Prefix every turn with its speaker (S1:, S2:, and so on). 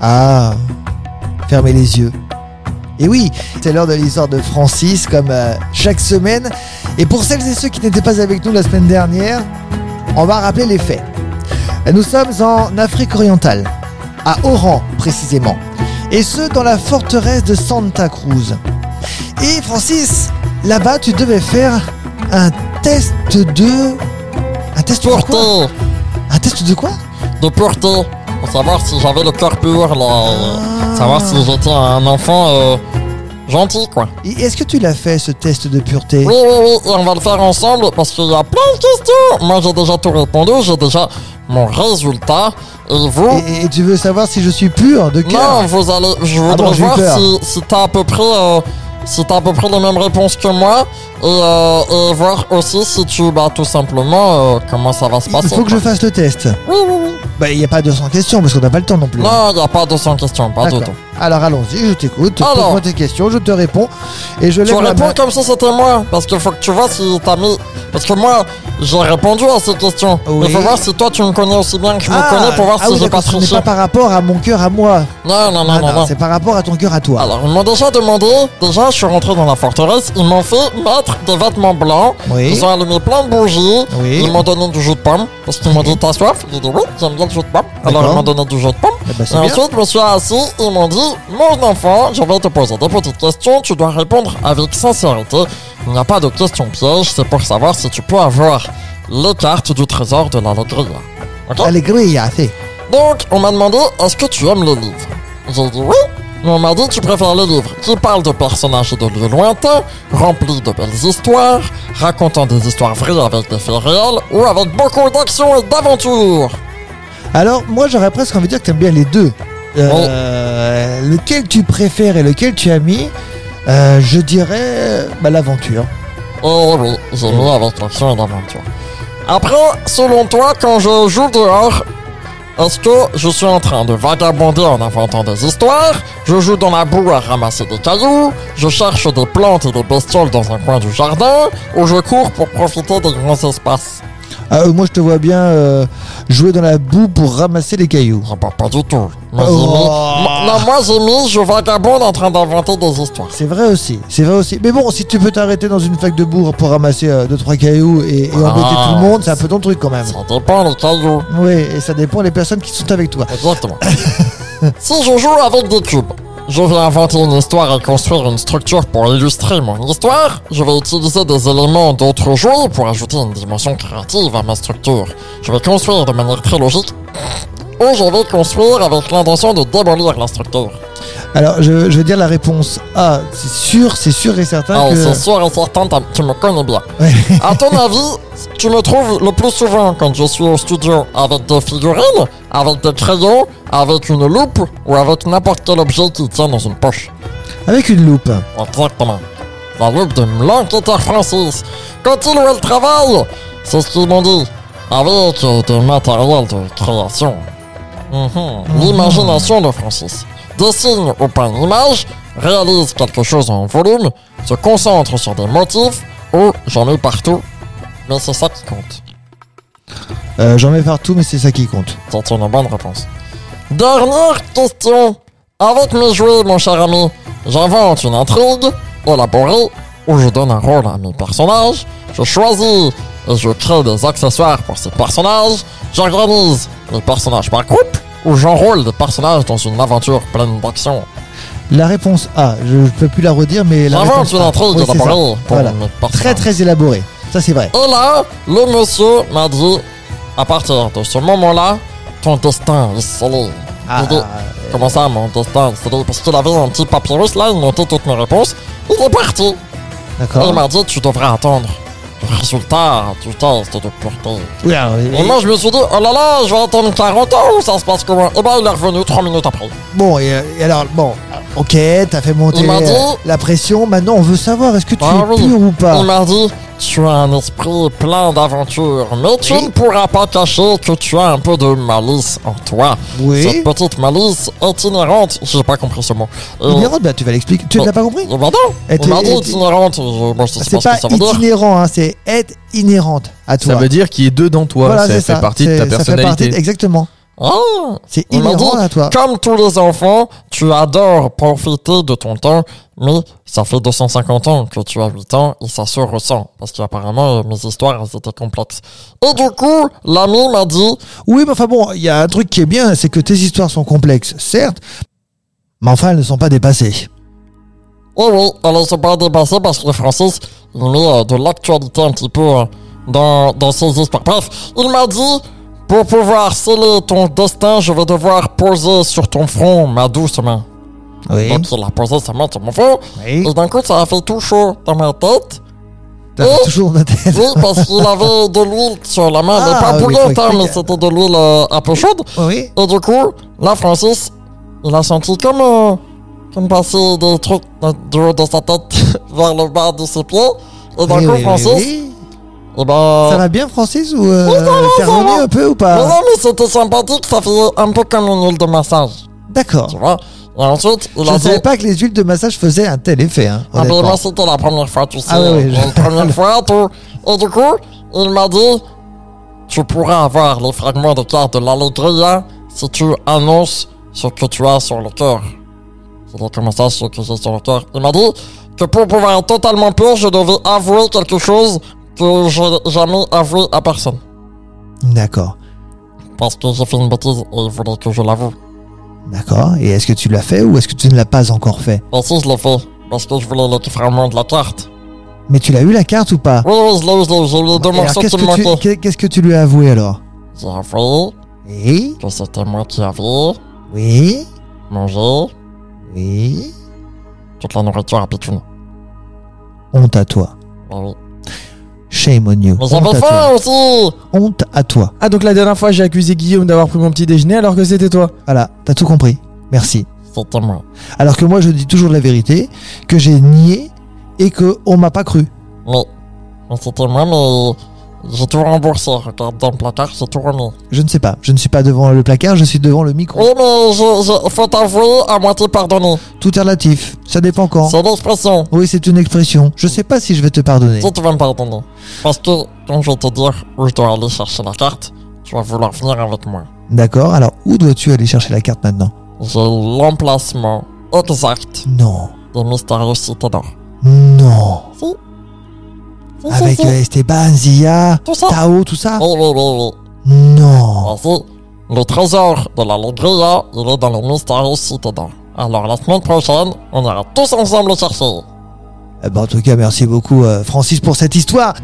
S1: Ah, fermez les yeux. Et oui, c'est l'heure de l'histoire de Francis, comme euh, chaque semaine. Et pour celles et ceux qui n'étaient pas avec nous la semaine dernière, on va rappeler les faits. Nous sommes en Afrique orientale, à Oran précisément, et ce dans la forteresse de Santa Cruz. Et Francis, là-bas tu devais faire un test de... Un test de quoi
S2: Pureté
S1: Un test de quoi
S2: De pureté Pour savoir si j'avais le cœur pur, là. euh, Savoir si j'étais un enfant euh, gentil, quoi.
S1: Et Est-ce que tu l'as fait ce test de pureté
S2: Oui, oui, oui, et on va le faire ensemble parce qu'il y a plein de questions. Moi, j'ai déjà tout répondu, j'ai déjà mon résultat. Et vous
S1: et, et tu veux savoir si je suis pur de cœur
S2: Non, vous allez. Je voudrais
S1: Ah bon, j'ai eu
S2: voir
S1: peur.
S2: si, si t'as à peu près. euh, si t'as à peu près les mêmes réponses que moi, et, euh, et voir aussi si tu, bah, tout simplement, euh, comment ça va se passer.
S1: Il faut que je
S2: quoi.
S1: fasse le test.
S2: Oui, oui, oui.
S1: Bah, il n'y a pas 200 questions parce qu'on n'a pas le temps non plus.
S2: Non, il n'y a pas 200 questions, pas du
S1: D'accord.
S2: tout.
S1: Alors allons-y, je t'écoute.
S2: Alors.
S1: Pose-moi tes questions, je te réponds. Et je
S2: Tu
S1: lève la main.
S2: réponds comme si c'était moi, parce qu'il faut que tu vois si t'as mis. Parce que moi, j'ai répondu à ces questions.
S1: Oui.
S2: Il faut voir si toi tu me connais aussi bien que je me connais pour voir
S1: ah
S2: si
S1: oui,
S2: j'ai
S1: d'accord,
S2: pas
S1: ce n'est
S2: triché.
S1: pas par rapport à mon cœur à moi.
S2: Non, non, non,
S1: Ah
S2: non,
S1: non,
S2: non.
S1: c'est par rapport à ton cœur à toi.
S2: Alors, ils m'ont déjà demandé, déjà, je suis rentré dans la forteresse, ils m'ont fait mettre des vêtements blancs,
S1: Oui.
S2: ils ont allumé plein de bougies,
S1: Oui.
S2: ils m'ont donné du jus de pomme, parce qu'ils m'ont dit t'as soif, j'ai dit oui, j'aime bien le jus de pomme, alors
S1: D'accord.
S2: ils m'ont donné du jus de pomme,
S1: Eh ben, c'est
S2: et
S1: bien.
S2: ensuite je me suis assis, ils m'ont dit mon enfant, je vais te poser des petites questions, tu dois répondre avec sincérité, il n'y a pas de questions pièges, c'est pour savoir si tu peux avoir les cartes du trésor de la loterie. Ok
S1: Allégria, c'est.
S2: donc, on m'a demandé est-ce que tu aimes les livres J'ai dit oui. Mais on m'a dit tu préfères les livres qui parlent de personnages et de lieux lointains, remplis de belles histoires, racontant des histoires vraies avec des faits réels ou avec beaucoup d'action et d'aventure.
S1: Alors moi j'aurais presque envie de dire que t'aimes bien les deux. Euh, Lequel tu préfères et lequel tu as mis Euh, Je dirais bah, l'aventure.
S2: Oh oui, j'ai mis avec l'action et l'aventure. Après, selon toi, quand je joue dehors, est-ce que je suis en train de vagabonder en inventant des histoires Je joue dans la boue à ramasser des cailloux Je cherche des plantes et des bestioles dans un coin du jardin Ou je cours pour profiter des grands espaces
S1: Ah, euh, moi je te vois bien euh, jouer dans la boue pour ramasser les cailloux.
S2: Ah bah pas du tout. Moi, j'ai
S1: Oh.
S2: mis- Moi- Non, moi j'ai mis je vagabonde en train d'inventer des histoires.
S1: C'est vrai aussi, c'est vrai aussi. Mais bon, si tu peux t'arrêter dans une flaque de bourre pour ramasser 2 deux trois cailloux et, et embêter
S2: Ah.
S1: tout le monde, c'est un peu ton truc quand même.
S2: Ça dépend les cailloux.
S1: Oui, et ça dépend des personnes qui sont avec toi.
S2: Exactement. si je joue avec des cubes, je vais inventer une histoire et construire une structure pour illustrer mon histoire. Je vais utiliser des éléments d'autres jeux pour ajouter une dimension créative à ma structure. Je vais construire de manière très logique. Ou je vais construire avec l'intention de démolir la structure.
S1: Alors, je, je vais dire la réponse A. C'est sûr, c'est sûr et certain
S2: Ah,
S1: que.
S2: c'est sûr et certain, t'as- tu me connais bien.
S1: Ouais.
S2: À ton avis, tu me trouves le plus souvent quand je suis au studio avec des figurines, avec des crayons, avec une loupe ou avec n'importe quel objet qui tient dans une poche.
S1: Avec une loupe.
S2: Exactement. La loupe de l'enquêteur Francis. Quand il ou elle travaille, c'est ce qu'ils m'ont dit. Avec euh, du matériel de création. Mhm. L'imagination de Francis. Dessine ou peint une image, réalise quelque chose en volume, se concentre sur des motifs, ou j'en ai partout. Mais c'est ça qui compte.
S1: Euh, J'en mets partout, mais c'est ça qui compte.
S2: C'est une bonne réponse. Dernière question. Avec mes jouets, mon cher ami, j'invente une intrigue élaborée où je donne un rôle à mes personnages, je choisis et je crée des accessoires pour ces personnages, j'organise les personnages par groupe ou j'enrôle des personnages dans une aventure pleine d'action.
S1: La réponse A. Je ne peux plus la redire, mais la
S2: J'invente
S1: réponse
S2: une
S1: A.
S2: intrigue
S1: Oui, c'est ça.
S2: élaborée pour
S1: Voilà.
S2: mes
S1: Très
S2: personnages.
S1: très élaboré. Ça c'est vrai.
S2: Et là, le monsieur m'a dit, à partir de ce moment-là, ton destin est scellé.
S1: Ah,
S2: J'ai dit,
S1: ah,
S2: comment ça, mon destin est scellé Parce qu'il avait un petit papyrus, là, il notait toutes mes réponses. Il est parti. Et il
S1: D'accord.
S2: m'a dit, tu devrais attendre le résultat du test de pureté.
S1: Oui, alors, et-
S2: Et moi, je me suis dit, oh là là, je vais attendre 40 ans, ça se passe comment Et ben, il est revenu 3 minutes après.
S1: Bon, et, euh, et alors, bon, ok, t'as fait monter
S2: Il m'a dit-
S1: euh, la pression. Maintenant, on veut savoir est-ce que tu
S2: Ah
S1: es
S2: oui.
S1: pur ou pas
S2: Il m'a dit Tu as un esprit plein d'aventures, mais tu
S1: Oui.
S2: ne pourras pas cacher que tu as un peu de malice en toi.
S1: Oui.
S2: Cette petite malice itinérante, j'ai pas compris ce mot. Euh,
S1: Itinérante, bah, tu vas l'expliquer. Tu
S2: Oh.
S1: l'as pas compris
S2: euh, bah non
S1: Et
S2: On m'a
S1: t'es-
S2: dit
S1: et t'es-
S2: itinérante, je, moi je sais
S1: C'est
S2: pas ce que
S1: pas
S2: ça veut dire.
S1: itinérant, hein, c'est être inhérente à toi.
S3: Ça veut dire qu'il est dedans toi,
S1: Voilà,
S3: ça
S1: c'est
S3: fait
S1: ça.
S3: partie de
S1: C'est-
S3: ta
S1: ça fait partie
S3: personnalité.
S1: de- exactement.
S2: Ah
S1: C'est
S2: Il m'a
S1: inhérent
S2: dit,
S1: à toi.
S2: Comme tous les enfants, tu adores profiter de ton temps, mais ça fait 250 ans que tu as 8 ans et ça se ressent. Parce qu'apparemment, euh, mes histoires, elles étaient complexes. Et du coup, l'ami m'a dit,
S1: Oui, mais enfin bon, il y a un truc qui est bien, c'est que tes histoires sont complexes, certes, mais enfin elles ne sont pas dépassées.
S2: oui, Oh oui, allez se pas dépasser parce que Francis, il met euh, de l'actualité un petit peu euh, dans, dans ses histoires. Bref, il m'a dit, pour pouvoir sceller ton destin, je vais devoir poser sur ton front ma douce main.
S1: Oui.
S2: Donc il a posé sa main sur mon front.
S1: Oui.
S2: Et d'un coup, ça a fait tout chaud dans ma tête.
S1: T'as
S2: Oh.
S1: toujours la tête.
S2: Oui, parce qu'il avait de l'huile sur la main, mais
S1: Ah,
S2: pas
S1: oui,
S2: brûlante,
S1: faut
S2: hein,
S1: expliquer.
S2: mais c'était de l'huile euh, un peu chaude.
S1: Oui.
S2: Et du coup, là, Francis, il a senti comme, euh, comme passer des trucs de- du haut de sa tête vers le bas de ses pieds. Et d'un
S1: Oui,
S2: coup,
S1: oui,
S2: Francis,
S1: oui.
S2: eh ben.
S1: Ça va bien, Francis, ou euh,
S2: ça va,
S1: t'es
S2: ça
S1: revenu
S2: va.
S1: un peu ou
S2: mais
S1: pas
S2: non, mais c'était sympathique, ça faisait un peu comme une huile de massage, tu
S1: D'accord.
S2: vois. Et ensuite, il
S1: Je
S2: a
S1: ne
S2: dit.
S1: savais pas que les huiles de massage faisaient un tel effet. Hein,
S2: Ah ben
S1: honnêtement.
S2: moi c'était la première fois, tu sais.
S1: Ah oui, oui, je-
S2: La première fois, tout. Et du coup, il m'a dit, tu pourras avoir les fragments de cœur de l'allégria si tu annonces ce que tu as sur le cœur. C'est comment ça, ce que j'ai sur le cœur. Il m'a dit que pour pouvoir être totalement pur, je devais avouer quelque chose que j'ai jamais avoué à personne.
S1: D'accord.
S2: Parce que j'ai fait une bêtise et il voulait que je l'avoue.
S1: D'accord. Et est-ce que tu l'as fait ou est-ce que tu ne l'as pas encore fait
S2: Et si je l'ai fait, parce que je voulais les fragments de la carte.
S1: Mais tu l'as eu la carte ou pas
S2: Oui, oui, je l'ai eu, je l'ai eu, j'ai eu les deux
S1: Et alors,
S2: morceaux
S1: qu'est-ce
S2: qui me
S1: que,
S2: manquaient.
S1: tu, qu'est- qu'est-ce que tu lui as avoué alors
S2: J'ai avoué
S1: Oui.
S2: que c'était moi qui avais
S1: Oui.
S2: mangé
S1: Oui.
S2: toute la nourriture à Pitoune.
S1: Honte à toi.
S2: Ah oui.
S1: Shame on you.
S2: Mais
S1: Honte
S2: j'avais
S1: à toi.
S2: faim aussi
S1: Honte à toi.
S3: Ah, donc la dernière fois, j'ai accusé Guillaume d'avoir pris mon petit déjeuner alors que c'était toi.
S1: Voilà, t'as tout compris. Merci.
S2: C'était moi.
S1: Alors que moi, je dis toujours la vérité, que j'ai nié et que on m'a pas cru.
S2: Mais, mais c'était moi, mais j'ai tout remboursé. Regarde dans le placard, j'ai tout remis.
S1: Je ne sais pas. Je ne suis pas devant le placard, je suis devant le micro.
S2: Oui, mais je, je, faut t'avouer à moitié pardonné.
S1: Tout est relatif. Ça dépend quand.
S2: C'est l'expression.
S1: Oui, c'est une expression. Je sais pas si je vais te pardonner.
S2: Si tu vas me pardonner. Parce que quand je vais te dire où je dois aller chercher la carte, tu vas vouloir venir avec moi.
S1: D'accord. Alors, où dois-tu aller chercher la carte maintenant
S2: J'ai l'emplacement exact
S1: Non.
S2: des mystérieux citadins.
S1: Non.
S2: Si. Si, si,
S1: Avec
S2: si.
S1: euh, Esteban, Zia,
S2: Tout ça.
S1: Tao, tout ça
S2: Oui, oui, oui, oui.
S1: Non.
S2: Voici, le trésor de la Logria, il est dans le mystérieux citadin. Alors la semaine prochaine, on ira tous ensemble le chercher.
S1: Eh ben, en tout cas, merci beaucoup, euh, Francis, pour cette histoire.